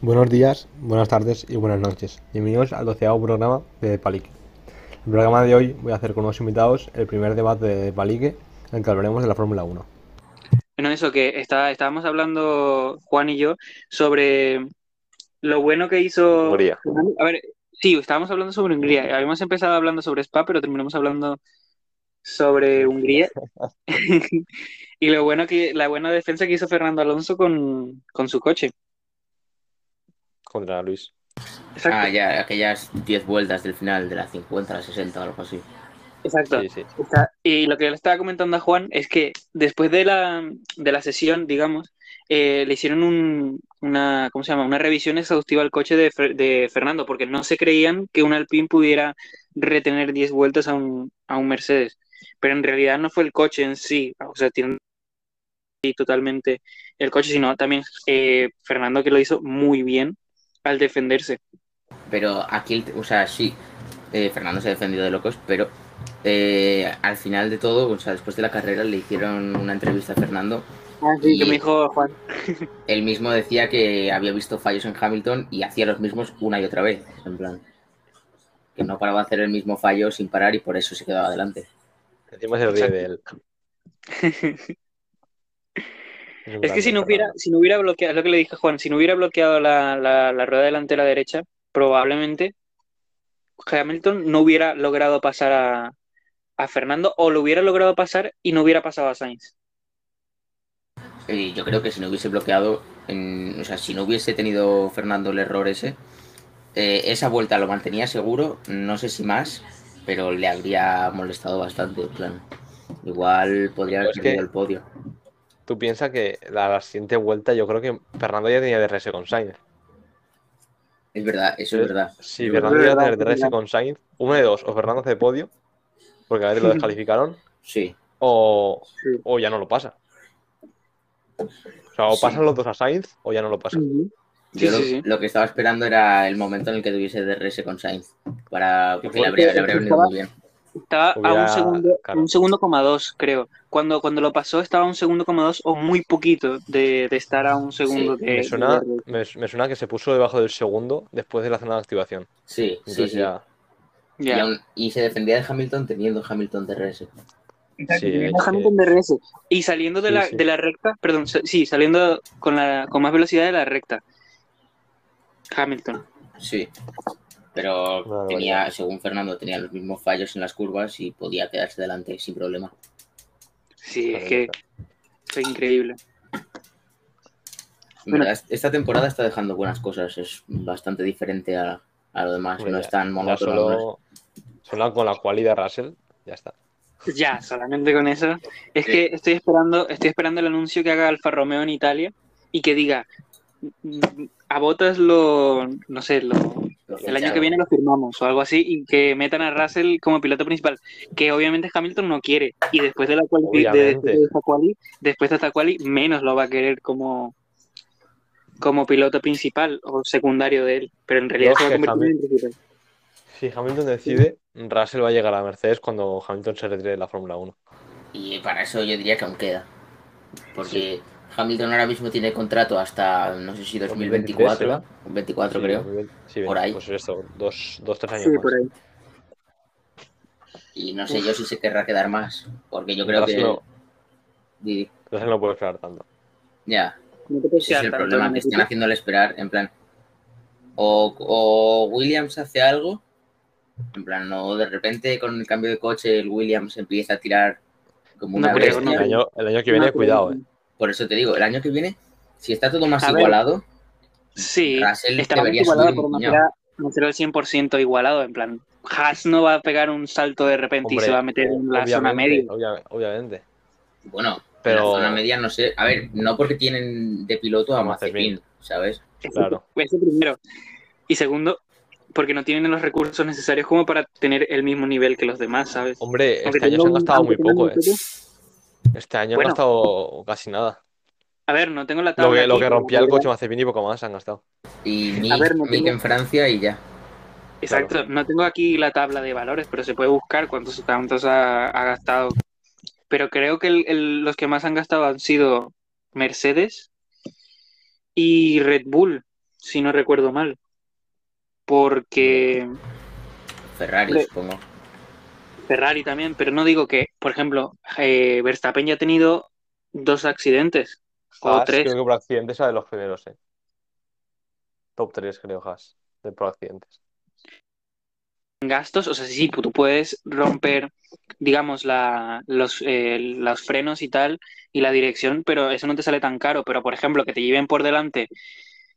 Buenos días, buenas tardes y buenas noches. Bienvenidos al doceavo programa de Palique. El programa de hoy voy a hacer con unos invitados el primer debate de Palique en el que hablaremos de la Fórmula 1. Bueno, eso que está, estábamos hablando Juan y yo sobre lo bueno que hizo. Hungría. A ver, sí, estábamos hablando sobre Hungría. Habíamos empezado hablando sobre Spa, pero terminamos hablando sobre Hungría. y lo bueno que, la buena defensa que hizo Fernando Alonso con, con su coche. Contra Luis. Exacto. Ah, ya, aquellas 10 vueltas del final, de las 50 a las 60 o algo así. exacto. Sí, sí. O sea, y lo que le estaba comentando a Juan es que después de la, de la sesión, digamos, eh, le hicieron un- una, ¿cómo se llama? una revisión exhaustiva al coche de, Fer- de Fernando, porque no se creían que un Alpine pudiera retener 10 vueltas a un, a un Mercedes. Pero en realidad no fue el coche en sí, o sea, tiene y totalmente el coche, sino también eh, Fernando que lo hizo muy bien al defenderse. Pero aquí, el- o sea, sí, eh, Fernando se ha defendido de locos, pero eh, al final de todo, o sea, después de la carrera le hicieron una entrevista a Fernando. Así que Y- me dijo Juan. Él mismo decía que había visto fallos en Hamilton y hacía los mismos una y otra vez, en plan. Que no paraba de hacer el mismo fallo sin parar y por eso se quedaba adelante. Encima se ríe de él. Es que si no hubiera, si no hubiera bloqueado, es lo que le dije a Juan, si no hubiera bloqueado la, la- la rueda delantera derecha, probablemente Hamilton no hubiera logrado pasar a, a Fernando o lo hubiera logrado pasar y no hubiera pasado a Sainz. Y yo creo que si no hubiese bloqueado, en- o sea, si no hubiese tenido Fernando el error ese, eh, esa vuelta lo mantenía seguro, no sé si más, pero le habría molestado bastante, en plan. Igual podría haber Pues perdido que- el podio. Tú piensas que a la siguiente vuelta yo creo que Fernando ya tenía DRS con Sainz. Es verdad, eso es verdad. Si Yo Fernando creo ya que tenía era DRS la- con Sainz, uno de dos, o Fernando hace podio, porque a veces lo descalificaron, Sí, o, Sí. o ya no lo pasa. O sea, o Sí. pasan los dos a Sainz o ya no lo pasan. Sí, Yo sí, lo, sí. lo que estaba esperando era el momento en el que tuviese DRS con Sainz, para, porque le fue- habría, le habría venido muy bien. Estaba a Hubiera- un segundo, claro. un segundo coma dos, creo. Cuando, cuando lo pasó estaba a un segundo coma dos o muy poquito de, de estar a un segundo Sí, de, Me suena, de- me, me suena que se puso debajo del segundo después de la zona de activación. Sí, sí, Entonces sí. ya. Y, Ya. aún- y se defendía de Hamilton teniendo Hamilton DRS. Sí, es Bajando que- con DRS. Y saliendo de, Sí, la, sí. de la recta, perdón, sa- sí, saliendo con, la, con más velocidad de la recta. Hamilton. Sí. Pero Vale, tenía, según Fernando, tenía los mismos fallos en las curvas y podía quedarse delante sin problema. Sí, es que fue increíble. En Bueno. verdad, Esta temporada está dejando buenas cosas, es bastante diferente a, a lo demás, Hombre, no ya- es tan Ya monótono. no solo, solo con la cualidad Russell, ya está. Ya, solamente con eso. Es que estoy esperando, estoy esperando el anuncio que haga Alfa Romeo en Italia y que diga mm, a botas lo, no sé, lo, es- lo el año ficharon. que viene lo firmamos o algo así y que metan a Russell como piloto principal, que obviamente Hamilton no quiere y después de la quali, de- Obviamente. de esta quali- después de esta quali menos lo va a querer como como piloto principal o secundario de él, pero en realidad se Yo va a que convertir en principal. Si Hamilton decide, Russell va a llegar a Mercedes cuando Hamilton se retire de la Fórmula 1. Y para eso yo diría que aún queda. Porque Hamilton ahora mismo tiene contrato hasta, no sé si 2024, 2023, 24 Sí, creo, muy bien. Sí, Por bien, ahí. Pues esto, dos, dos tres años Sí, más. por ahí. y no sé yo si se querrá quedar más, porque yo creo Russell, que... no, di- Russell no puede esperar tanto. Ya, No te Ese es preocupes el tanto, problema, no que me están haciéndole esperar, en plan, o, o Williams hace algo, en plan, no, de repente con el cambio de coche el Williams empieza a tirar como No una creo, bestia. el, año, el año que viene, No, cuidado, eh. Por eso te digo, el año que viene, si está todo más A ver, igualado, Sí, Russell estará muy debería igualado, subir pero un no puñado. será, no será el 100% igualado, en plan, Haas no va a pegar un salto de repente y Hombre, se va a meter en la zona obviamente, media. obvia- obviamente. bueno, pero... Pero- la zona media no sé, a ver, no porque tienen de piloto a Mazepin. Mazepin, ¿sabes? Eso- Claro. Eso primero. Y segundo, porque no tienen los recursos necesarios como para tener el mismo nivel que los demás, ¿sabes? Hombre, Aunque este tenga año se han un- gastado aunque muy tengan poco, un eh. poco. Este año Bueno. han gastado casi nada. A ver, no tengo la Lo tabla que, lo aquí, que pero rompía la el coche verdad- Mazepin y poco más se han gastado. Y Nick, A ver, no Nick tengo- en Francia y ya. Exacto, no tengo aquí la tabla de valores, pero se puede buscar cuántos, cuántos ha, ha gastado. Pero creo que el- el- los que más han gastado han sido Mercedes y Red Bull. si no recuerdo mal. Porque Ferrari, Hombre. supongo. Ferrari también, pero no digo que, por ejemplo, eh, Verstappen ya ha tenido dos accidentes. O Haas, tres. creo que por accidentes era de los primeros, eh. Top 3, creo, Haas, de por accidentes. en gastos, o sea, sí, tú puedes romper, digamos, la, los, eh, los frenos y tal, y la dirección, pero eso no te sale tan caro. Pero, por ejemplo, que te lleven por delante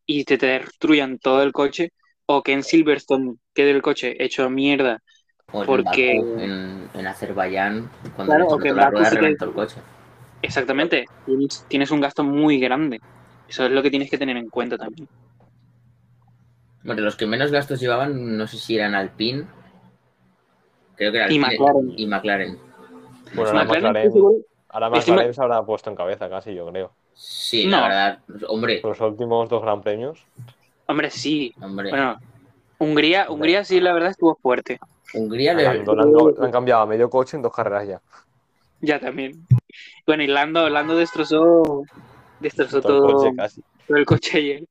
y te, te destruyan todo el coche, o que en Silverstone quede el coche hecho mierda. O en Porque- Bakú, en, en Azerbaiyán, cuando Claro, le o que en explotó la Bakú rueda sí que- reventó el coche. Exactamente, tienes- tienes un gasto muy grande. Eso es lo que tienes que tener en cuenta también. Bueno, los que menos gastos llevaban, no sé si eran Alpine. Creo que era Y Alpine McLaren. y McLaren. Bueno, ahora McLaren, McLaren, seguro- ahora Encima- McLaren se habrá puesto en cabeza casi, yo creo. Sí, No. la verdad, hombre, Los últimos dos gran premios. Hombre, sí. hombre. Bueno, Hungría, Hungría sí, la verdad estuvo fuerte. Hungría Le le- han, le han- le han cambiado a medio coche en dos carreras ya. Ya también. Bueno, y Lando, Lando destrozó, destrozó Todo todo, el coche casi. todo el coche ayer.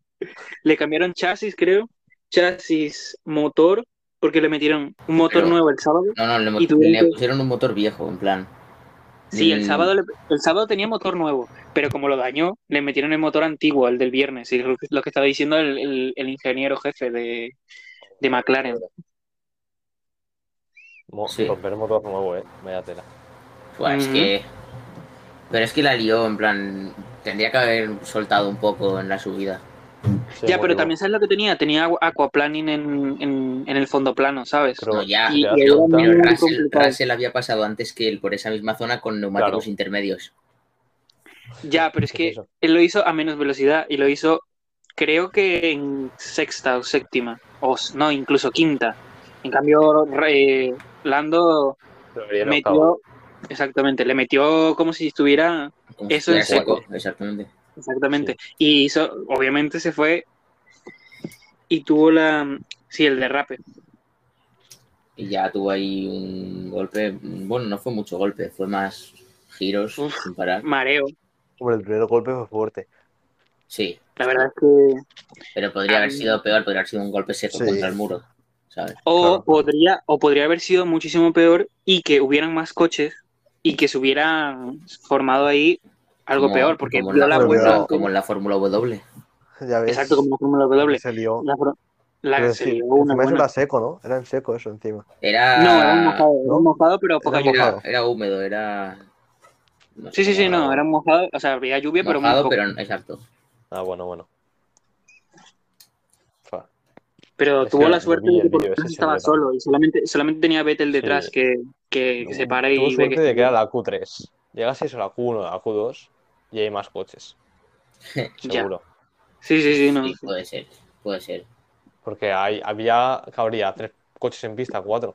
Le cambiaron chasis, creo. Chasis, motor, porque le metieron un motor Pero- nuevo el sábado. No, no, le, mo- Y tuvieron le que- pusieron un motor viejo, en plan. Sí, Mm, el sábado, le- el sábado tenía motor nuevo, pero como lo dañó, le metieron el motor antiguo, el del viernes, y es lo que- lo que estaba diciendo el, el- el ingeniero jefe de, de McLaren. Mo- Sí. Romper motor nuevo, eh. Vaya tela. buah, pues es Mm. que. Pero es que la lió, en plan. Tendría que haber soltado un poco en la subida. Se ya, pero motivó. también, ¿sabes lo que tenía? Tenía agu- aquaplaning en, en- en el fondo plano, ¿sabes? Pero- No, ya. y, y ya, era pero muy Pero Russell, complicado. Russell había pasado antes que él por esa misma zona con neumáticos Claro. intermedios. Ya, pero es ¿Qué que eso? él lo hizo a menos velocidad y lo hizo, creo que en sexta o séptima, o s- no, incluso quinta. En cambio, re- eh, Lando Pero venía en octavo. metió, exactamente, le metió como si estuviera, Como Eso si en fuera seco. cuatro, Exactamente. exactamente, y hizo, obviamente se fue y tuvo la, sí, el derrape. Y ya tuvo ahí un golpe. Bueno, no fue mucho golpe, fue más giros Uf. sin parar. Mareo, Hombre, el primer golpe fue fuerte. Sí, la verdad es que... pero podría haber Ah, sido peor, podría haber sido un golpe seco Sí. contra el muro. ¿Sabes? O, Claro. podría, o podría haber sido muchísimo peor y que hubieran más coches y que se hubiera formado ahí algo Como- peor, porque como en dio la la Fórmula- vuelta. como en la Fórmula W. Ya ves. Exacto, como la Fórmula W. Se lió. La, fro- la Pero se sí, llevó una encima eso buena. era seco, ¿no? Era en seco eso encima. Era. No, era un mojado, era un mojado, pero poca Era lluvia. era, mojado. era húmedo, era. no Sí, sé sí, sí, cómo no, era un mojado, o sea, había lluvia, pero mojado, muy poco. pero exacto. Ah, bueno, bueno. Fa. Pero es que tuvo la lo suerte vi de el que por lo vídeo ese, menos se estaba nota. solo y solamente, solamente tenía a Vettel detrás Sí. que, que, que se para Tuvo y ve suerte que... de que era la Q3. Llegas y es la Q1, la Q2 y hay más coches. Seguro. Sí, sí, sí, no. Sí, puede ser, puede ser. Porque hay, había, cabría tres coches en pista, cuatro.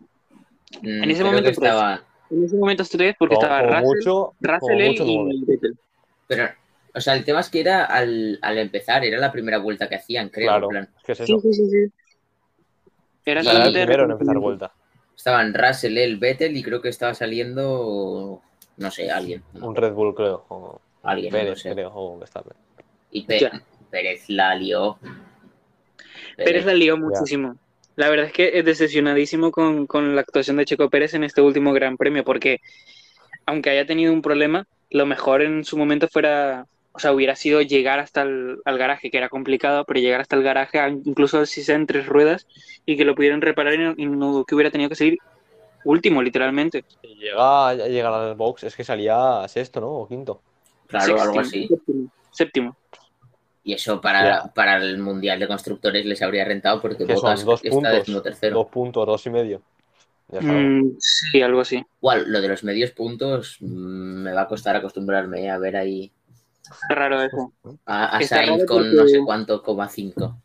Mm, En ese creo momento, que tres. estaba. En ese momento tres, porque Como- estaba como Russell, mucho, como Russell él mucho nueve. y Vettel. Pero, o sea, el tema es que era al, al empezar, era la primera vuelta que hacían, creo. Claro. en plan. ¿Qué es eso? Sí, sí, sí, sí. Era Era Y- el solamente primero en empezar reconocimiento. vuelta. Estaban Russell, el Vettel y creo que estaba saliendo. No sé, alguien. Un Red Bull, creo. O Alguien, no Pérez, sé. creo. O Verstappen. Y Pe- Ya. Pérez la lió. Pérez la lió muchísimo. La verdad es que es decepcionadísimo con, con la actuación de Checo Pérez en este último Gran Premio, porque aunque haya tenido un problema, lo mejor en su momento fuera, o sea, hubiera sido llegar hasta el al garaje, que era complicado, pero llegar hasta el garaje, a- incluso si sea en tres ruedas, y que lo pudieran reparar y no, y no que hubiera tenido que salir último, literalmente. Y llega a llegar al box, es que salía sexto, ¿no? O quinto. Claro, algo Séptimo, así. Séptimo. Séptimo. Y eso para, para el Mundial de Constructores les habría rentado porque Que son Bottas dos está décimo puntos. tercero. Dos puntos, dos y medio. Ya está. Mm, sí, algo así. Igual, lo de los medios puntos mm, me va a costar acostumbrarme ¿eh? a ver ahí Raro eso. a, a Está Sainz raro con porque- no sé cuánto, coma cinco,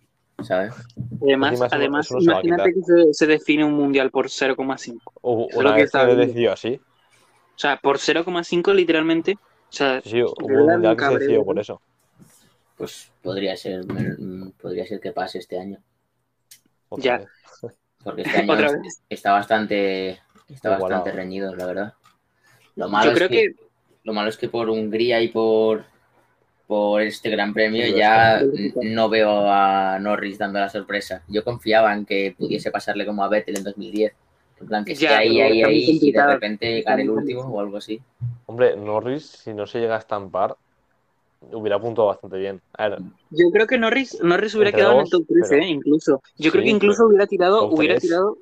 ¿sabes? Además, Encima eso- además eso no se va a imagínate que se, se define un mundial por 0,5. O- Eso es lo Una que vez que está lo bien. decidió así. O sea, por 0,5 literalmente. O sea, Sí, sí, hubo un Pero era mundial un que se cabreo, decidió ¿no? por eso. Pues podría ser, mm, podría ser que pase este año. Otra Ya. vez. Porque este año otra es- vez. está bastante, está Igualado. bastante reñido, la verdad. Lo malo, Yo es creo que, que, lo malo es que por Hungría y por por este Gran Premio Sí, ya bastante. no veo a Norris dando la sorpresa. Yo confiaba en que pudiese pasarle como a Vettel en 2010. En plan, que esté Ya, ahí, pero ahí, está muy ahí, y de complicado. repente Está gane el muy último o algo así. Hombre, Norris, si no se llega a estampar, hubiera puntuado bastante bien. A ver, Yo creo que Norris, Norris hubiera Entre quedado en el dos, top 13, pero- eh, incluso. Yo creo Sí, que incluso pero- hubiera tirado, top hubiera tres. tirado,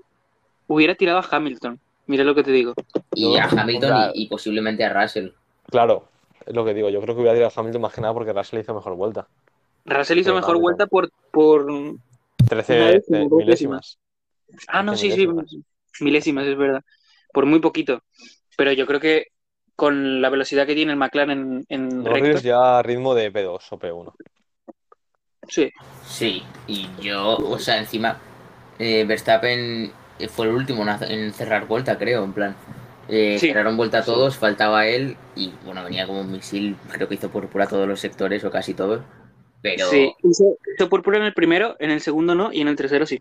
hubiera tirado a Hamilton. Mira lo que te digo. Y Yo- a Hamilton Hombre, y, y posiblemente a Russell. claro, es lo que digo. Yo creo que hubiera tirado a Hamilton más que nada porque Russell hizo mejor vuelta. Russell hizo Sí, mejor Hamilton. vuelta por, por... Una 13 décima, dos eh, milésimas. Ah, no, Hace sí, sí, milésimas. milésimas, es verdad. Por muy poquito. Pero yo creo que con la velocidad que tiene el McLaren en, en recto, Norris ya a ritmo de P2 o P1. sí. Sí, y yo, o sea, encima, eh, Verstappen eh, fue el último en hacer- en cerrar vuelta, creo, en plan. Eh, Sí. Cerraron vuelta a todos, faltaba él, y bueno, venía como un misil, creo que hizo púrpura a todos los sectores o casi todos. Pero Sí, hizo, hizo púrpura en el primero, en el segundo no, y en el tercero sí.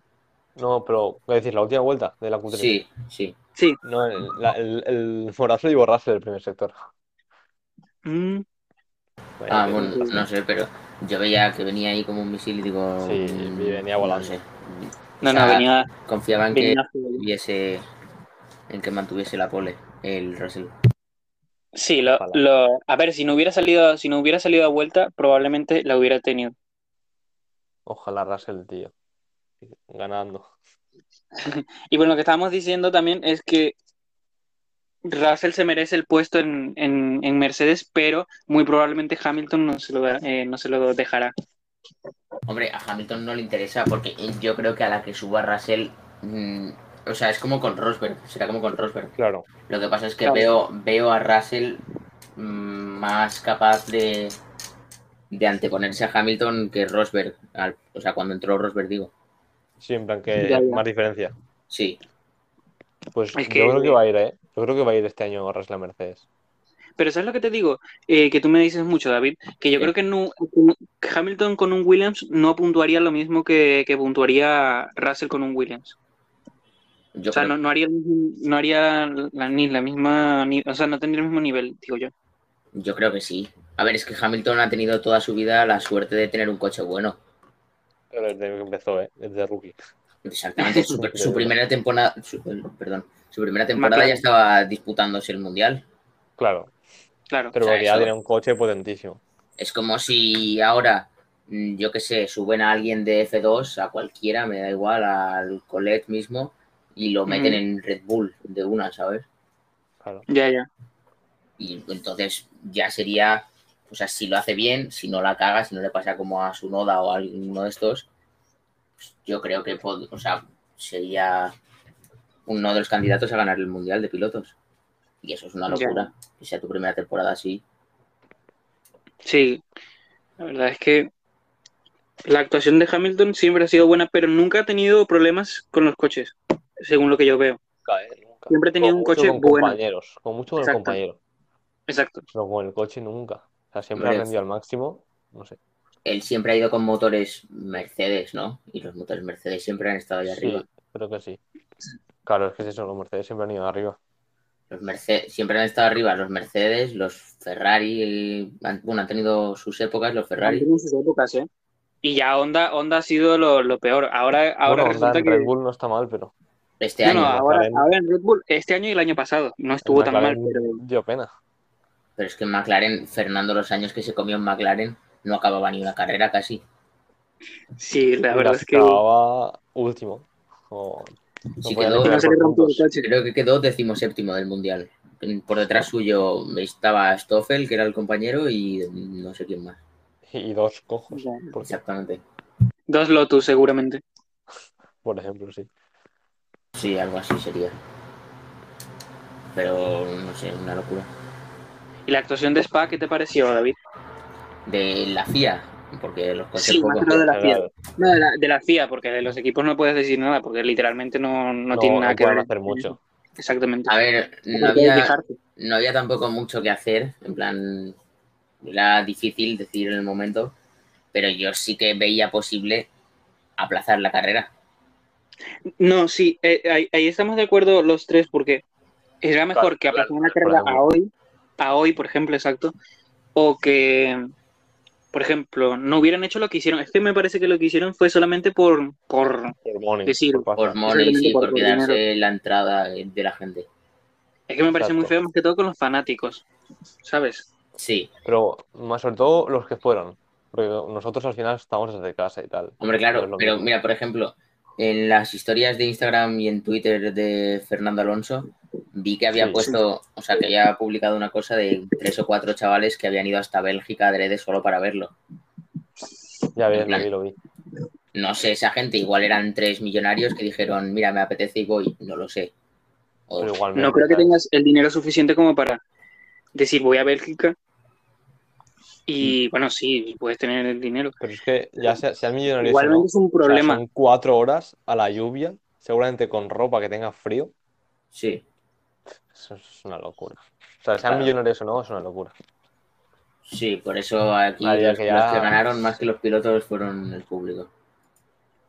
No, pero, es decir, la última vuelta de la Q3. sí, sí. No, el, la, el, el morazo y borrazo del primer sector. Mm, Ah, Eh, bueno, sí. no sé, pero yo veía que venía ahí como un misil y digo. Sí, mm, venía volando. no sé. no, O no, sea, venía, Confiaba en que venía full. tuviese, en que mantuviese la pole, el Russell. Sí, lo, Ojalá. lo- a ver, si no hubiera salido, si no hubiera salido a vuelta, probablemente la hubiera tenido. Ojalá Russell, tío. Ganando. Y bueno, lo que estábamos diciendo también es que Russell se merece el puesto en, en- en Mercedes, pero muy probablemente Hamilton no se lo, da- eh, no se lo dejará. Hombre, a Hamilton no le interesa porque yo creo que a la que suba Russell. mm, o sea, es como con Rosberg. Será como con Rosberg. Claro. Lo que pasa es que Claro. veo, veo a Russell mm, más capaz de, de anteponerse a Hamilton que Rosberg. al- o sea, cuando entró Rosberg, digo. Sí, en plan que Ya, ya. más diferencia. Sí. Pues Es que- yo creo que va a ir, ¿eh? Yo creo que va a ir este año Russell a Mercedes. Pero ¿sabes lo que te digo? Eh, que tú me dices mucho, David, que yo Sí. creo que, no- que Hamilton con un Williams no puntuaría lo mismo que, que puntuaría Russell con un Williams. Yo O sea, creo- no, no haría, el mismo- no haría la- ni la misma, ni- o sea, no tendría el mismo nivel, digo yo. Yo creo que sí. A ver, es que Hamilton ha tenido toda su vida la suerte de tener un coche bueno. Pero desde que empezó, ¿eh? Desde rookie. Exactamente. Su, su primera temporada. su- perdón. Su primera temporada McLaren. ya estaba disputándose el mundial. Claro. Claro. Pero O sea, porque ya eso- tiene un coche potentísimo. Es como si ahora, mm, yo qué sé, suben a alguien de F2, a cualquiera, me da igual, al Colette mismo, y lo meten Ujú. en Red Bull de una, ¿sabes? Claro. Ya, ya. Y entonces ya sería, o sea, si lo hace bien, si no la caga, si no le pasa como a su noda o a alguno de estos, pues, yo creo que pod- o sea, sería uno de los candidatos a ganar el Mundial de Pilotos. Y eso es una Ya. locura, que sea tu primera temporada así. Sí, la verdad es que la actuación de Hamilton siempre ha sido buena, pero nunca ha tenido problemas con los coches, según lo que yo veo. Nunca, ¿eh? Nunca. Siempre he tenido Como un mucho coche con bueno. compañeros. Con mucho con el Exacto. compañero. Exacto. Pero con el coche nunca. O sea, siempre ha Hombre. rendido al máximo. No sé. Él siempre ha ido con motores Mercedes, ¿no? Y los motores Mercedes siempre han estado ahí arriba. Sí, creo que sí. Claro, es que es eso. Los Mercedes siempre han ido arriba. Los Mercedes, siempre han estado arriba los Mercedes, los Ferrari, han- bueno, han tenido sus épocas los Ferrari. En sus épocas, ¿eh? Y ya Honda, Honda ha sido lo, lo peor. Ahora, ahora Bueno, Honda resulta en que. Red Bull no está mal, pero. Este No, no, año, ahora, McLaren. ahora en Red Bull, este año y el año pasado. No estuvo en tan mal, McLaren pero. Dio pena. pero es que en McLaren, Fernando los años que se comió en McLaren no acababa ni una carrera casi. Sí, la Y verdad es que. acababa último. O- no Sí podía quedó. No ni pelear se por le rompió el puntos. coche. Creo que quedó decimoséptimo del mundial. Por detrás suyo estaba Stoffel, que era el compañero, y no sé quién más. Y dos cojos, Ya. por, Exactamente. Dos Lotus, seguramente. por ejemplo, sí. Sí, algo así sería. Pero no sé, una locura. ¿Y la actuación de Spa, qué te pareció, David? De la FIA, porque los Pues coches Sí, poco- más que lo de la Claro, FIA. No, de la, de la FIA, porque de los equipos no puedes decir nada, porque literalmente no, no, no, tiene nada no que ver. pueden hacer mucho. Exactamente. A ver, no Porque había, quejarte. no había tampoco mucho que hacer, en plan, era difícil decir en el momento, pero yo sí que veía posible aplazar la carrera. No, sí, eh, ahí, ahí estamos de acuerdo los tres, porque era mejor Claro, que claro, aplazaran la por carrera a ejemplo. hoy, a hoy, por ejemplo, exacto, o que, por ejemplo, no hubieran hecho lo que hicieron. Es que me parece que lo que hicieron fue solamente por, por Por money. decir, por pasta. Por money, sí, Simplemente por- por por quedarse la entrada eh, de la gente. Es que me parece muy Exacto. feo más que todo con los fanáticos, ¿sabes? Sí. Pero más sobre todo los que fueron. Porque nosotros al final estamos desde casa y tal. Hombre, No claro, es Pues lo pero mismo. mira, por ejemplo, en las historias de Instagram y en Twitter de Fernando Alonso, vi que había Sí. puesto, o sea, que había publicado una cosa de tres o cuatro chavales que habían ido hasta Bélgica adrede solo para verlo. Ya ves, Claro. lo vi, lo vi. No sé, esa gente, igual eran tres millonarios que dijeron, mira, me apetece y voy, no lo sé. O- Pero igualmente. No creo que ¿sabes? tengas el dinero suficiente como para decir voy a Bélgica. Mm. Y bueno, sí, puedes tener el dinero. Pero es que ya sea, sean millonarios o no, Igualmente es un o sea, problema. son cuatro horas a la lluvia, seguramente con ropa que tenga frío. Sí, Eso es una locura. O sea, sean Claro. millonarios o no, es una locura. sí, por eso aquí Vaya, los, que ya- los que ganaron más que los pilotos fueron el público.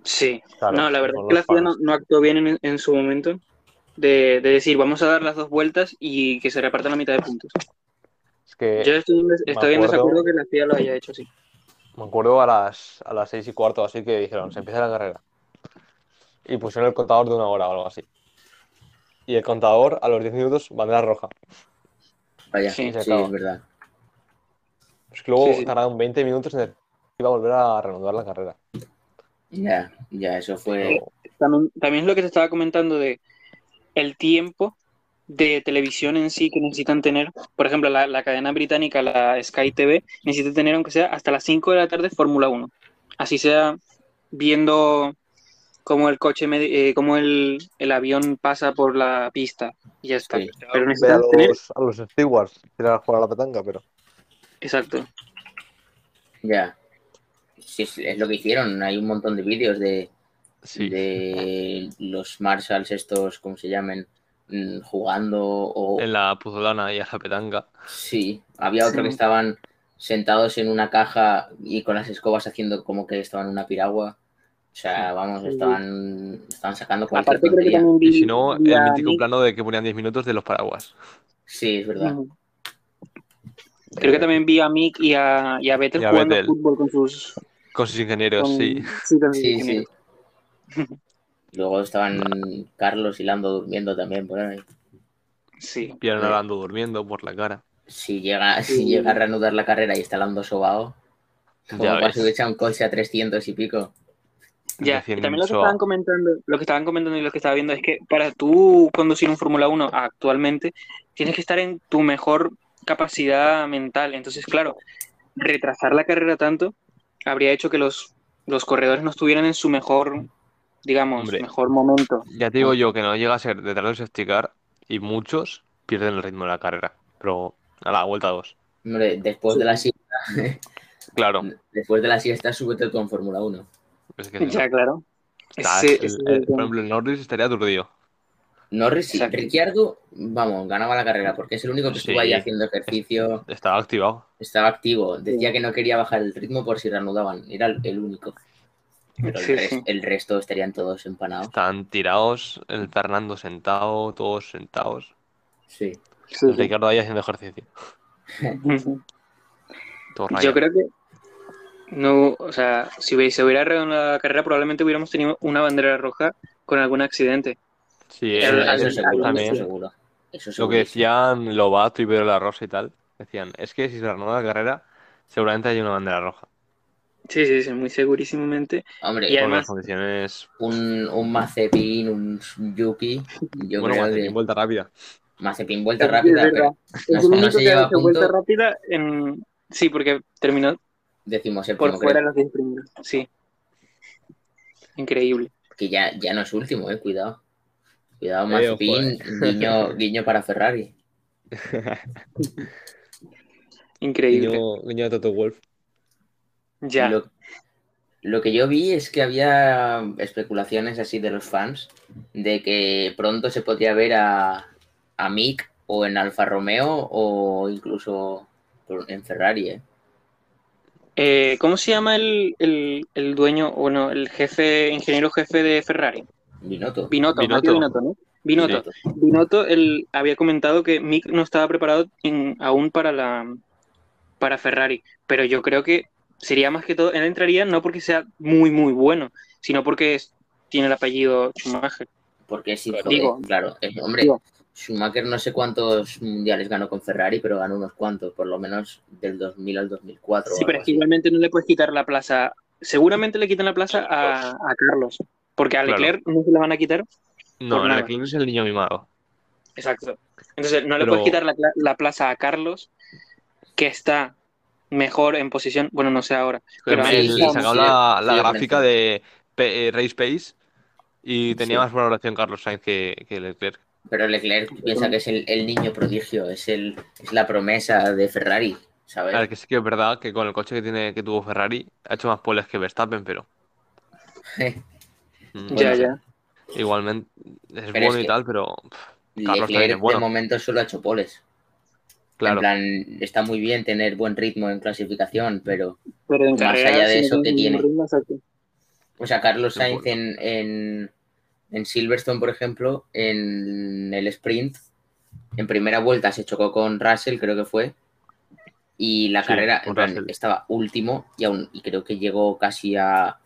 Sí. Claro, no, la verdad son es que la los ciudad no, fans. no actuó bien en, en su momento. De, de decir, vamos a dar las dos vueltas y que se repartan la mitad de puntos. Es que Yo estoy, estoy en Eh, acuerdo. desacuerdo que la FIA lo haya hecho así. me acuerdo a las, a las seis y cuarto así que dijeron, se empieza la carrera. Y pusieron el contador de una hora o algo así. Y el contador a los 10 minutos, bandera roja. Vaya, Sí, sí, se acaba. es verdad. Es que luego Sí, sí. tardaron 20 minutos en el iba a volver a reanudar la carrera. Ya, ya, eso fue. Pero También, también es lo que te estaba comentando de el tiempo de televisión en sí que necesitan tener. Por ejemplo, la, la cadena británica, la Sky TV, necesita tener, aunque sea hasta las 5 de la tarde, Fórmula 1. Así sea viendo cómo el coche, med- eh, cómo el, el avión pasa por la pista. Y ya está. Sí. Pero ve a necesitan tener... los, a los stewards tirar a jugar a la petanca, pero. Exacto. Ya. Sí, es, es lo que hicieron. Hay un montón de vídeos de, de los Marshalls, estos, como se llamen, mm, jugando. O, la puzolana y a la petanca. Sí, había otro Sí. que estaban sentados en una caja y con las escobas haciendo como que estaban en una piragua. O sea, vamos, Sí. estaban, estaban sacando cualquier Aparte creo que tontería. también vi- vi a Nick- plano de que ponían 10 minutos de los paraguas. Sí, es verdad. Ujú. Creo que también vi a Mick y a, y a Vettel Eh, Y a jugando Vettel. fútbol con sus... Con sus ingenieros, con- sí, con sus Sí, sí. ingenieros. Luego estaban Carlos y Lando durmiendo también por ahí. Sí. Sí. Lando durmiendo por la cara. Si llega, Sí. si llega a reanudar la carrera y está Lando sobao, como Ya para ves. subirse a un coche a 300 y pico. Ya, Recién y también lo que hizo- estaban comentando, lo que estaban comentando y lo que estaba viendo es que para tú conducir un Fórmula 1 actualmente, tienes que estar en tu mejor capacidad mental. Entonces, claro, retrasar la carrera tanto habría hecho que los, los corredores no estuvieran en su mejor, digamos, Hombre. mejor momento. Ya te digo yo que no llega a ser detrás del safety car y muchos pierden el ritmo de la carrera. Pero a la vuelta dos. Hombre, después de la siesta, Claro. después de la siesta, súbete con Fórmula 1. Es que Ya, claro. estás- Ese- el- ese es el- el por tema. ejemplo, el Norris estaría aturdido. Norris, sí. Exacto. Ricciardo, vamos, ganaba la carrera porque es el único que estuvo Sí. ahí haciendo ejercicio, Estaba activado. estaba activo, decía que no quería bajar el ritmo por si reanudaban, era el, el único. Pero el, Sí, res- sí. el resto estarían todos empanados. Están tirados, el Fernando sentado, todos sentados. Sí. Sí, El sí. Ricardo ahí haciendo ejercicio. Ujú. Yo Todo rayado. creo que no, o sea, si hubiese- se hubiera reanudado la carrera, probablemente hubiéramos tenido una bandera roja con algún accidente. Sí, Eso, el- al- eso el- seguro, también. eso seguro. Eso Lo que seguro. decían Lobato y Pedro La Rosa y tal, decían, es que si se reanuda la carrera, seguramente hay una bandera roja. Sí, sí, sí, muy segurísimamente. Hombre, Y Por además- las condiciones, un, un Mazepin, un Yuki. Yo bueno, creo más de que vuelta rápida. Mazepin vuelta rápida, Es pero verdad. Es hasta el no único se que lleva ha hecho vuelta punto. rápida en... Sí, porque terminó decimos por séptimo, fuera creo, los 10 primeros. Sí. Increíble. que ya, ya no es último, eh, cuidado. Cuidado, Eh, Mazepin, guiño, guiño para Ferrari. Increíble. niño Toto Wolf. Ya. Lo, lo que yo vi es que había especulaciones así de los fans de que pronto se podría ver a, a Mick o en Alfa Romeo o incluso por- en Ferrari, eh. Eh, ¿Cómo se llama el, el, el dueño, o no, el jefe, ingeniero jefe de Ferrari? Binotto. Binotto, Binotto. Matteo Binotto, ¿no? Binotto. Binotto él había comentado que Mick no estaba preparado en- aún para la para Ferrari, pero yo creo que sería más que todo, él entraría no porque sea muy, muy bueno, sino porque es- tiene el apellido Schumacher. Porque es hijo Digo. de- claro, es- hombre, Digo. Schumacher no sé cuántos mundiales ganó con Ferrari, pero ganó unos cuantos, por lo menos del 2000 al 2004. o Sí, pero algo es que igualmente no le puedes quitar la plaza. Seguramente le quitan la plaza a, a Carlos, porque a Claro. Leclerc no se la van a quitar. No, Por el nada. Leclerc es el niño mimado. Exacto. Entonces, no le Pero- puedes quitar la, cla- la plaza a Carlos, que está mejor en posición, bueno, no sé ahora. Pero el, ahí el- estamos, sacaba sí, la, la sí, gráfica Lorenzo. de P- eh, Race Pace y tenía Sí. más valoración Carlos Sainz que, que Leclerc. así. Pero Leclerc piensa que es el, el niño prodigio, es, el, es la promesa de Ferrari, ¿sabes? A ver, que sí que es verdad que con el coche que tiene que tuvo Ferrari ha hecho más poles que Verstappen, pero mm, ya, Bueno, ya. igualmente es Pero bueno es y que- tal, pero pff, Carlos también es Leclerc bueno. de momento solo ha hecho poles. claro. En plan, está muy bien tener buen ritmo en clasificación, pero Pero en Más carrera, allá si de no eso que ningún tiene. ritmo, exacto. O sea, Carlos De Sainz acuerdo. en, en, en Silverstone, por ejemplo, en el sprint, en primera vuelta se chocó con Russell, creo que fue. Y la Sí, carrera con en plan, Russell. estaba último y, aún, y creo que llegó casi a,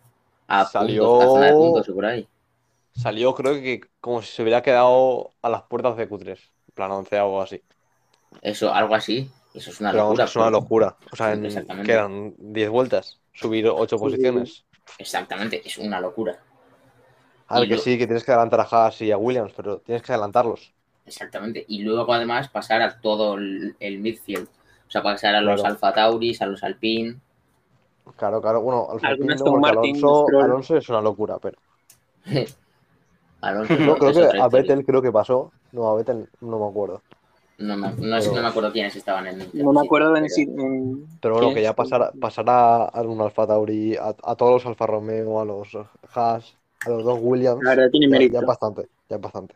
a Salió- puntos, a zona de puntos o por ahí. Salió, creo que como si se hubiera quedado a las puertas de Q3, en plan 11 o algo así. Eso, algo así. Eso es una Pero vamos, locura. que es una porque- locura. O sea, en- Exactamente. quedan 10 vueltas, subir 8 Sí, posiciones. Exactamente, es una locura. A ver, Y que lo- sí, que tienes que adelantar a Haas y a Williams, pero tienes que adelantarlos. Exactamente. Y luego, además, pasar a todo el, el midfield. O sea, pasar a los Claro. Alfa Tauris, a los Alpine. Claro, claro. Bueno, Alfa Algún Romeo, Aston porque Martin, Alonso, Stroll. Alonso es una locura, pero. Alonso, No, creo es que otra a historia. Vettel creo que pasó. No, a Vettel no me acuerdo. No me, no, sé- no me acuerdo quiénes estaban en el. No me acuerdo de pero- decir. en- Pero bueno, quién que es. ya pasará, pasará a un Alfa Tauri, a, a todos los Alfa Romeo, a los Haas, a los dos Williams. La verdad, tiene Ya, mérito. ya es bastante, ya es bastante.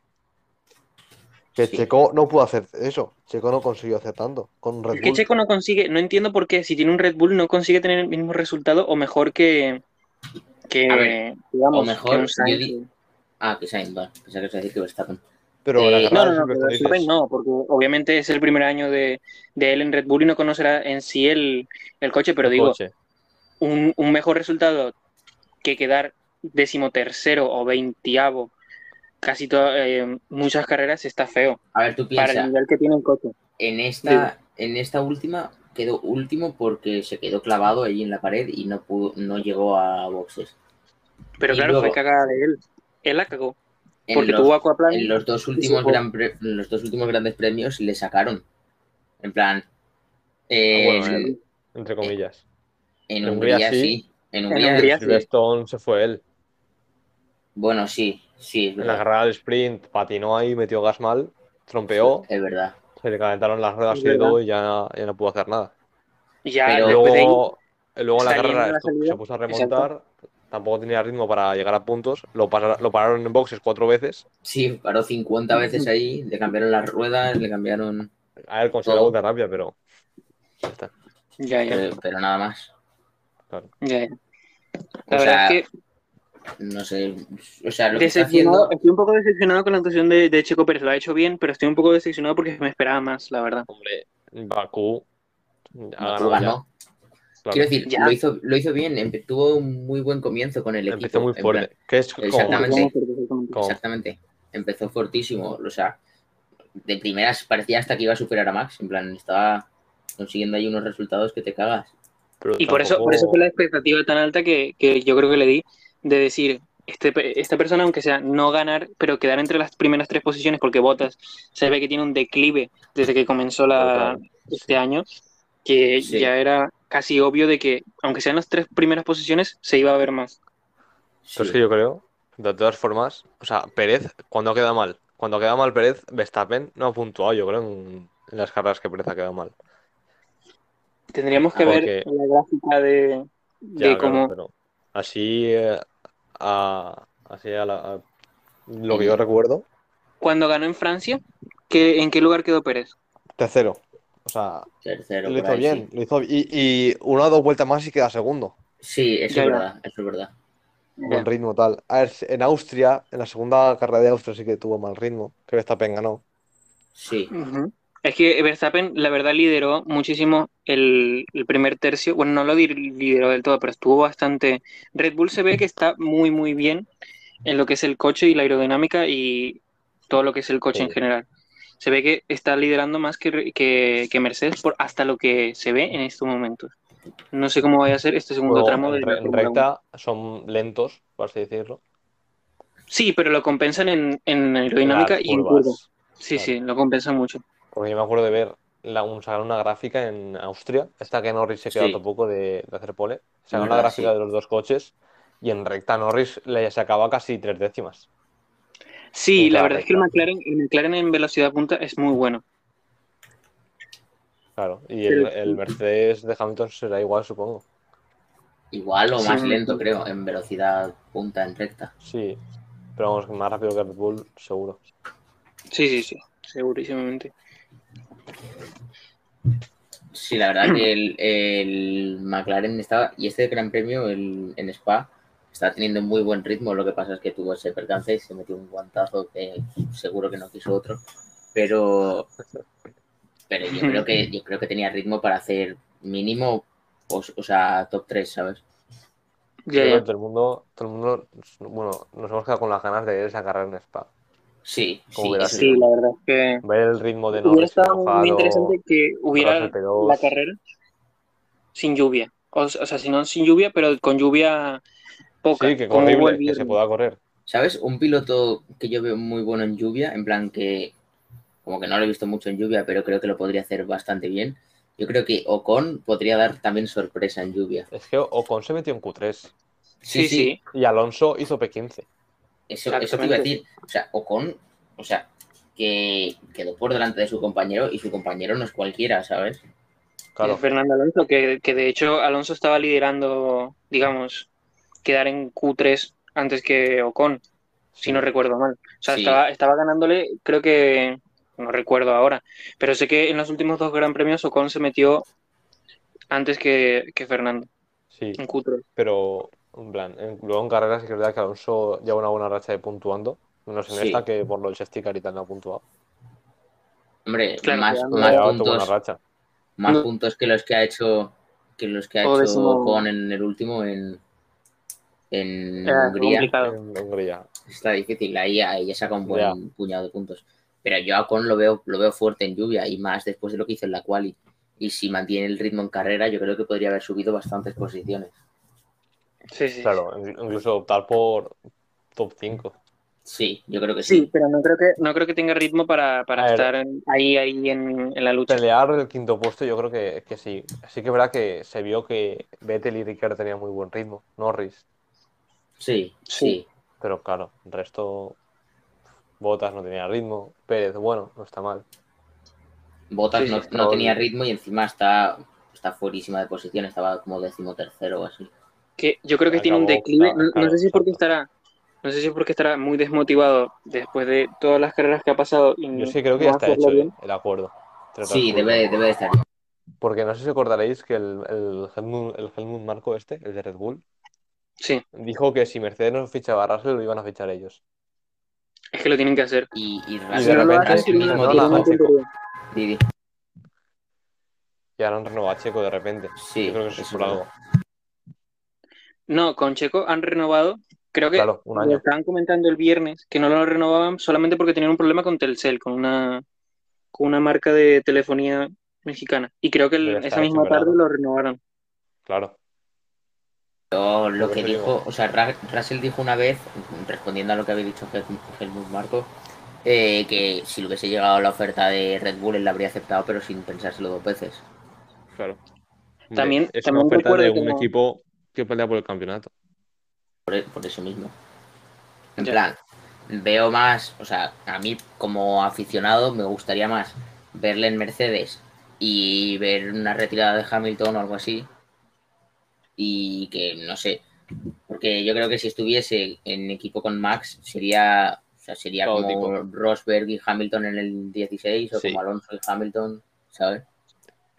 Que Sí. Checo no pudo hacer eso. Checo no consiguió hacer tanto con Red Es que Bull. Checo no consigue, no entiendo por qué, si tiene un Red Bull, no consigue tener el mismo resultado o mejor que. que A ver, digamos, o mejor, que un Sainz. yo di- Ah, que Sainz, va. Pensaba que ibas a decir que Verstappen. Pero eh, la No, no, carrera no, siempre pero dices, Verstappen no, porque obviamente es el primer año de, de él en Red Bull y no conocerá en sí el, el coche, pero digo, coche. un, un mejor resultado que quedar decimotercero o veintiavo casi todas muchas carreras está feo A ver, tú para el piensas, nivel que tiene el coche. en esta, en esta última quedó último porque se quedó clavado ahí en la pared y no pudo, no llegó a boxes. Pero Y claro, luego- fue cagada de él. Él la cagó. En Porque los- tuvo Aquaplan. en los dos últimos Supo. gran pre- en los dos últimos grandes premios le sacaron en plan eh, Ah, bueno, en- él. Eh, Entre comillas. en, en Hungría, Hungría sí. sí. en Hungría, Hungría sí. Silverstone se fue él. bueno sí sí es En la verdad, carrera del sprint patinó ahí, metió gas mal, trompeó, es verdad. se le calentaron las ruedas Es y de verdad. todo y ya, ya no pudo hacer nada. ya pero Y después de ahí, luego, y luego en la saliendo carrera a la estu- salida, se puso a remontar, tampoco tenía ritmo para llegar a puntos, lo, para- lo pararon en boxes cuatro veces. sí paró 50 veces ahí le cambiaron las ruedas le cambiaron A él Todo. consiguió de rabia, pero. ya está. ya, ya, pero, pero nada más ya, ya. Eh, o La verdad sea es que no sé o sea lo que está Decepcionado, haciendo estoy un poco decepcionado con la actuación de, de Checo Pérez. Lo ha hecho bien, pero estoy un poco decepcionado porque me esperaba más, la verdad. Hombre, Bakú ha no, ganado ganó. ya, claro. quiero decir Ya. lo hizo lo hizo bien empe- tuvo un muy buen comienzo con el equipo Empezó muy en plan, fuerte. Que es como- Exactamente. como- Exactamente. Empezó fortísimo. O sea, de primeras parecía hasta que iba a superar a Max. En plan, estaba consiguiendo ahí unos resultados que te cagas. pero Y por eso, por eso tampoco- fue la expectativa tan alta que, que yo creo que le di de decir, este, pe- esta persona, aunque sea no ganar, pero quedar entre las primeras tres posiciones, porque Botas se ve que tiene un declive desde que comenzó la, Total, este año, que Sí. ya era casi obvio de que, aunque sean las tres primeras posiciones, se iba a ver más. Pero es Pues que yo creo, de todas formas, o sea, Pérez, cuando queda mal, cuando queda mal Pérez, Verstappen no ha puntuado, yo creo, en, en las carreras que Pérez ha quedado mal. Tendríamos que ver Porque- la gráfica de, Ya, de claro, cómo... pero así, eh, a, así a la- a- lo que yo recuerdo, Cuando ganó en Francia, ¿qué- ¿en qué lugar quedó Pérez? tercero. O sea, Tercero. lo por hizo ahí, bien, lo hizo y, y una o dos vueltas más y queda segundo, Sí, Sí, eso Ya, es ya. verdad. Eso es verdad. buen ritmo tal. A ver, en Austria, en la segunda carrera de Austria sí que tuvo mal ritmo, que Verstappen ganó. Sí. Ujú. Es que Verstappen, la verdad, lideró muchísimo el, el primer tercio. Bueno, no lo di- lideró del todo, pero estuvo bastante. Red Bull se ve que está muy, muy bien en lo que es el coche y la aerodinámica y todo lo que es el coche Sí. en general. Se ve que está liderando más que, Re- que, que Mercedes por hasta lo que se ve en estos momentos. No sé cómo vaya a ser este segundo Luego, tramo de la en, re- en Fórmula uno. recta son lentos, por así decirlo. Sí, pero lo compensan en, en Las aerodinámica y en curvas. curva. Sí, claro. sí, lo compensan mucho. Porque yo me acuerdo de ver la, un, sacar una gráfica en Austria, esta que Norris se quedó Sí. tampoco de, de hacer pole. Sacaron Verdad, una gráfica sí. de los dos coches y en recta Norris le sacaba casi tres décimas. Sí, En la cada verdad es que el recta. McLaren, el McLaren en velocidad punta es muy bueno. Claro, y el, Pero- el Mercedes de Hamilton será igual, supongo. Igual o más Sí. lento, creo, en velocidad punta, en recta. Sí, pero vamos, más rápido que Red Bull, seguro. Sí, sí, sí, segurísimamente. Sí, la verdad que el, el McLaren estaba, y este Gran Premio el- en Spa, está teniendo muy buen ritmo. Lo que pasa es que tuvo ese percance y se metió un guantazo que seguro que no quiso otro. Pero, pero yo creo que yo creo que tenía ritmo para hacer mínimo, o, o sea, top 3, ¿sabes? Ya, Yo creo que ya. todo el mundo, todo el mundo, bueno, nos hemos quedado con las ganas de ver esa carrera en Spa. Sí, Como sí, verás, eso- Sí, la verdad es que Ver el ritmo de hubiera Norris estado muy enojado, interesante que hubiera Russell P2. la carrera sin lluvia. O, s- o sea, si no sin lluvia, pero con lluvia poca. Sí, que como hubo el horrible que se viernes. pueda correr. ¿Sabes? Un piloto que yo veo muy bueno en lluvia, en plan que como que no lo he visto mucho en lluvia, pero creo que lo podría hacer bastante bien. Yo creo que Ocon podría dar también sorpresa en lluvia. Es que Ocon se metió en Q3 Sí, sí. y Alonso hizo P15. Eso, eso te iba a decir. O sea, Ocon, o sea, que quedó por delante de su compañero y su compañero no es cualquiera, ¿sabes? Claro. Eh, Fernando Alonso, que, que de hecho Alonso estaba liderando, digamos, quedar en Q3 antes que Ocon. si no recuerdo mal. O sea, Sí. estaba, estaba ganándole, creo que, no recuerdo ahora, pero sé que en los últimos dos Gran Premios Ocon se metió antes que, que Fernando, Sí, en Q3. pero en plan, en- luego en carreras sí que es verdad que Alonso lleva una buena racha de puntuando. Menos en Sí. esta que por lo del safety car y tal no ha puntuado. Hombre, Claro, más, quedando- más Llevaba toda buena puntos, racha. más No. puntos que los que ha hecho que los que ha O hecho décimo. Ocon en el último en, en Era Hungría. complicado. En Hungría. pues Está difícil, ahí, ahí ya saca un buen Ya. puñado de puntos. Pero yo a Ocon lo veo, lo veo fuerte en lluvia y más después de lo que hizo en la quali. Y si mantiene el ritmo en carrera, yo creo que podría haber subido bastantes posiciones. Sí, sí. Claro, in- incluso optar por top 5. Sí, yo creo que Sí, sí. pero no creo que, no creo que tenga ritmo para, para A ver. estar en- ahí, ahí en, en la lucha. Pelear el quinto puesto, yo creo que, que sí. Sí que es verdad que se vio que Vettel y Ricciardo tenían muy buen ritmo. Norris. Sí, sí. Sí. Pero claro, el resto. Botas no tenía ritmo. Pérez, bueno, no está mal. Botas Sí, sí, no, está no bien. tenía ritmo y encima está, está fuerísima de posición, estaba como decimotercero o así. que yo creo que tiene un Acabó, declive. claro, No, no claro, sé si porque exacto. estará, no sé si porque estará muy desmotivado después de todas las carreras que ha pasado. y Yo sí creo que no ya está hacerlo hecho bien. eh, el acuerdo. entre otras Sí, cosas. debe, debe de estar. Porque no sé si recordaréis que el, el, Helmut, el Helmut Marco este, el de Red Bull, Sí, dijo que si Mercedes no fichaba a Russell, lo iban a fichar ellos. es que lo tienen que hacer. Y, y de Si no Russell lo repente hacen, al tienen no, mismo no, tienen no, una no. tiempo. tontería. Didi. Y ahora han renovado a Checo de repente. Sí, Yo creo que eso es eso por es algo. No, con Checo han renovado, creo que Claro, un lo año. estaban comentando el viernes, que no lo renovaban solamente porque tenían un problema con Telcel, con una, con una marca de telefonía mexicana. Y creo que el- Pero está esa hecho misma en verano. tarde lo renovaron. Claro. Yo lo Por que eso digo. dijo, o sea, Ra- Russell dijo una vez, respondiendo a lo que había dicho Hel- Helmut Marco, eh, que si le hubiese llegado la oferta de Red Bull, él la habría aceptado, pero sin pensárselo dos veces. Claro. También- Es una también oferta recuerdo de que un no- equipo que pelea por el campeonato. por, por eso mismo. En Ya. plan, veo más, o sea, a mí como aficionado me gustaría más verle en Mercedes y ver una retirada de Hamilton o algo así. Y que no sé, porque yo creo que si estuviese en equipo con Max sería, o sea, sería como Caótico. Rosberg y Hamilton en el 16 o Sí. como Alonso y Hamilton, ¿sabes?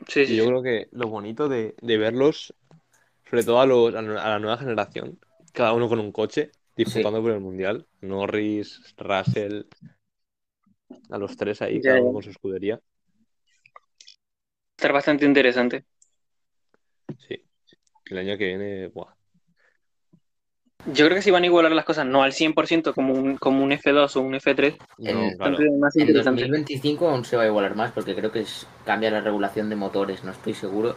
Sí, sí, yo sí. creo que lo bonito de, de verlos, sobre todo a, los, a la nueva generación, cada uno con un coche, disputando por el Mundial. Norris, Russell, a los tres ahí, Ya, cada ya. uno con su escudería. estar bastante interesante. Sí. El año que viene, buah. Yo creo que si van a igualar las cosas, no al 100% como un, como un F2 o un F3, No, En- claro. siempre más En interesante. 2025 aún se va a igualar más porque creo que es- cambia la regulación de motores, no estoy seguro.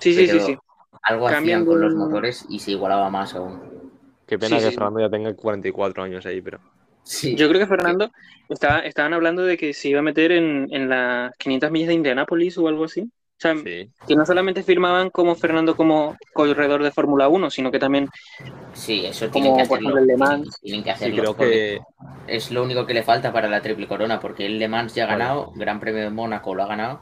Sí, sí, sí, pero sí. Algo Cambian hacían con de- los motores y se igualaba más aún. Qué pena sí, que este sí. Fernando ya tenga 44 años ahí, pero. Sí. Yo creo que Fernando estaba, estaban hablando de que se iba a meter en, en las 500 millas de Indianápolis o algo así. O sea, Sí. que no solamente firmaban como Fernando como corredor de Fórmula 1, sino que también Sí, eso Como, tienen que por hacerlo. ejemplo, el Le Mans. Tienen- Tienen que Sí, hacerlo. creo porque que. Es lo único que le falta para la triple corona, porque el Le Mans ya ha Vale. ganado, Gran Premio de Mónaco lo ha ganado.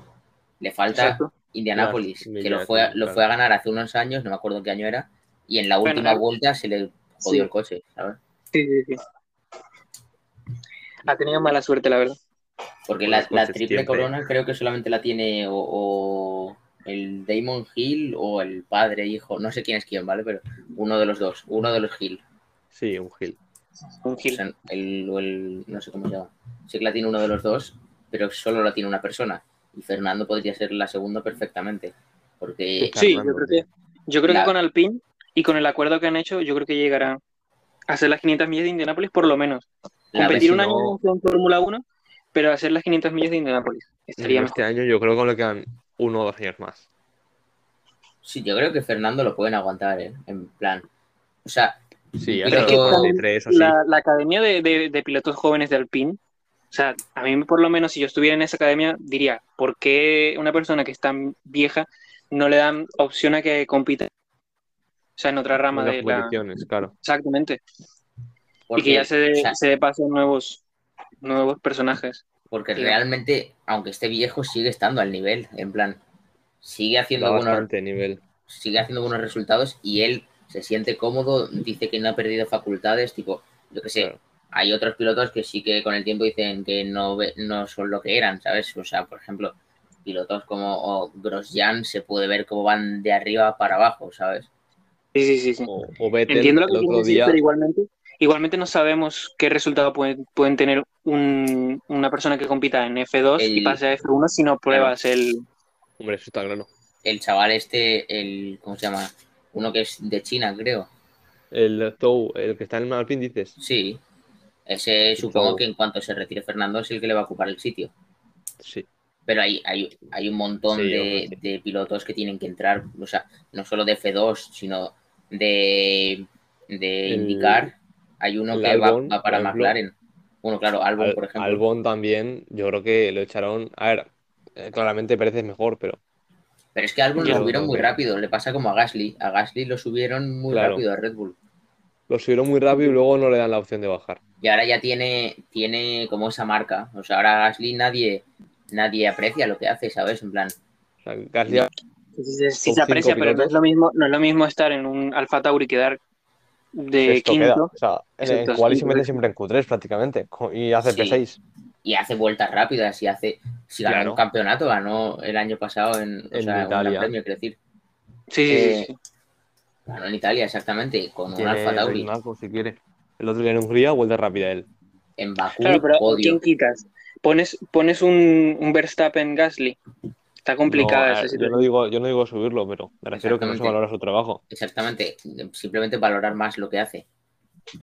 Le falta Exacto. Indianápolis, Las que lo millas, fue, a- sí, lo claro. fue a ganar hace unos años, no me acuerdo qué año era, y en la Bueno, última eh. vuelta se le Sí. jodió el coche, ¿sabes? Sí, sí, sí. Ha tenido mala suerte, la verdad. Porque Con la, los la coches triple siempre. corona creo que solamente la tiene o, o el Damon Hill o el padre, hijo, no sé quién es quién, ¿vale? Pero uno de los dos, uno de los Hill. Sí, un Gil. Un O Gil. sea, el, o el- no sé cómo se llama. Sé que la tiene uno de los dos, pero solo la tiene una persona. Y Fernando podría ser la segunda perfectamente. Porque Sí, yo Fernando, creo tío. que, yo creo La- que con Alpine y con el acuerdo que han hecho, yo creo que llegará a hacer las 500 millas de Indianápolis por lo menos. la Competir un vez- si año no- en Fórmula 1, pero hacer las 500 millas de Indianápolis. Estaría mejor. Este año yo creo que le quedan uno o dos años más. sí, yo creo que Fernando lo pueden aguantar, ¿eh? En plan. O sea, Sí, Creo hasta que los con 33 o sí. La, la academia de, de- de pilotos jóvenes de Alpine, o sea, a mí por lo menos si yo estuviera en esa academia diría, ¿por qué una persona que es tan vieja no le dan opción a que compita? O sea, en otra rama Las de la... competiciones, claro. Exactamente. Y porque- que ya se dé, o sea, se dé paso a nuevos, nuevos personajes. Porque Sí. realmente, aunque esté viejo, sigue estando al nivel. En plan, sigue haciendo, Da buenos, bastante nivel. sigue haciendo buenos resultados y él se siente cómodo, dice que no ha perdido facultades, tipo, yo qué sé. Claro. Hay otros pilotos que sí que con el tiempo dicen que no, ve- no son lo que eran, ¿sabes? O sea, por ejemplo, pilotos como o Grosjean se puede ver cómo van de arriba para abajo, ¿sabes? Sí, sí, sí. sí. O, o Vettel, Entiendo lo el que otro quieres decir, día. pero igualmente, igualmente no sabemos qué resultado pueden, pueden tener un- una persona que compita en F2 y El- pase a F1 si no pruebas el... Hombre, eso está claro. El chaval este, el, ¿cómo se llama? Uno que es de China, creo. El Tou, el que está en Alpine, dices. Sí. Ese Sí, supongo claro. que en cuanto se retire Fernando es el que le va a ocupar el sitio. Sí. Pero hay, hay, hay un montón Sí, de, hombre, sí. de pilotos que tienen que entrar, o sea, no solo de F2, sino de, de El- indicar. Hay uno el que va, Albon, va para por ejemplo. McLaren. Bueno, claro, Albon, Al- por ejemplo. Albon también, yo creo que lo echaron. A ver, eh, claramente parece mejor, pero Pero es que Albon Yo lo no subieron creo muy que- rápido, le pasa como a Gasly. A Gasly lo subieron muy Claro. rápido a Red Bull. lo subieron muy rápido y luego no le dan la opción de bajar. Y ahora ya tiene, tiene como esa marca. O sea, ahora Gasly nadie, nadie aprecia lo que hace, ¿sabes? En plan, O sea, Gasly ha- Sí, sí, sí, sí Son se aprecia, cinco pero no es pilotos. lo mismo, no es lo mismo estar en un Alfa Tauri que dar de esto queda. quinto. O sea, en el Exacto, cual sí, se mete correcto. siempre en Q3 prácticamente co- y hace Sí. P6. y hace vueltas rápidas y hace si ganó Claro. un campeonato ganó el año pasado en, o En sea, un gran Italia. premio quiero decir Sí, sí, sí, Eh, sí. ganó en Italia exactamente con un Tiene Alfa Tauri Rinaco, si quiere. El otro día en Hungría, vuelta rápida él. en Bakú Claro, pero podio ¿quién quitas? Pones, pones un, un Verstappen Gasly. Está complicada No, eh, a esa ver, yo, no situación. digo, yo no digo subirlo, pero me refiero que no se Exactamente. valora su trabajo. exactamente simplemente valorar más lo que hace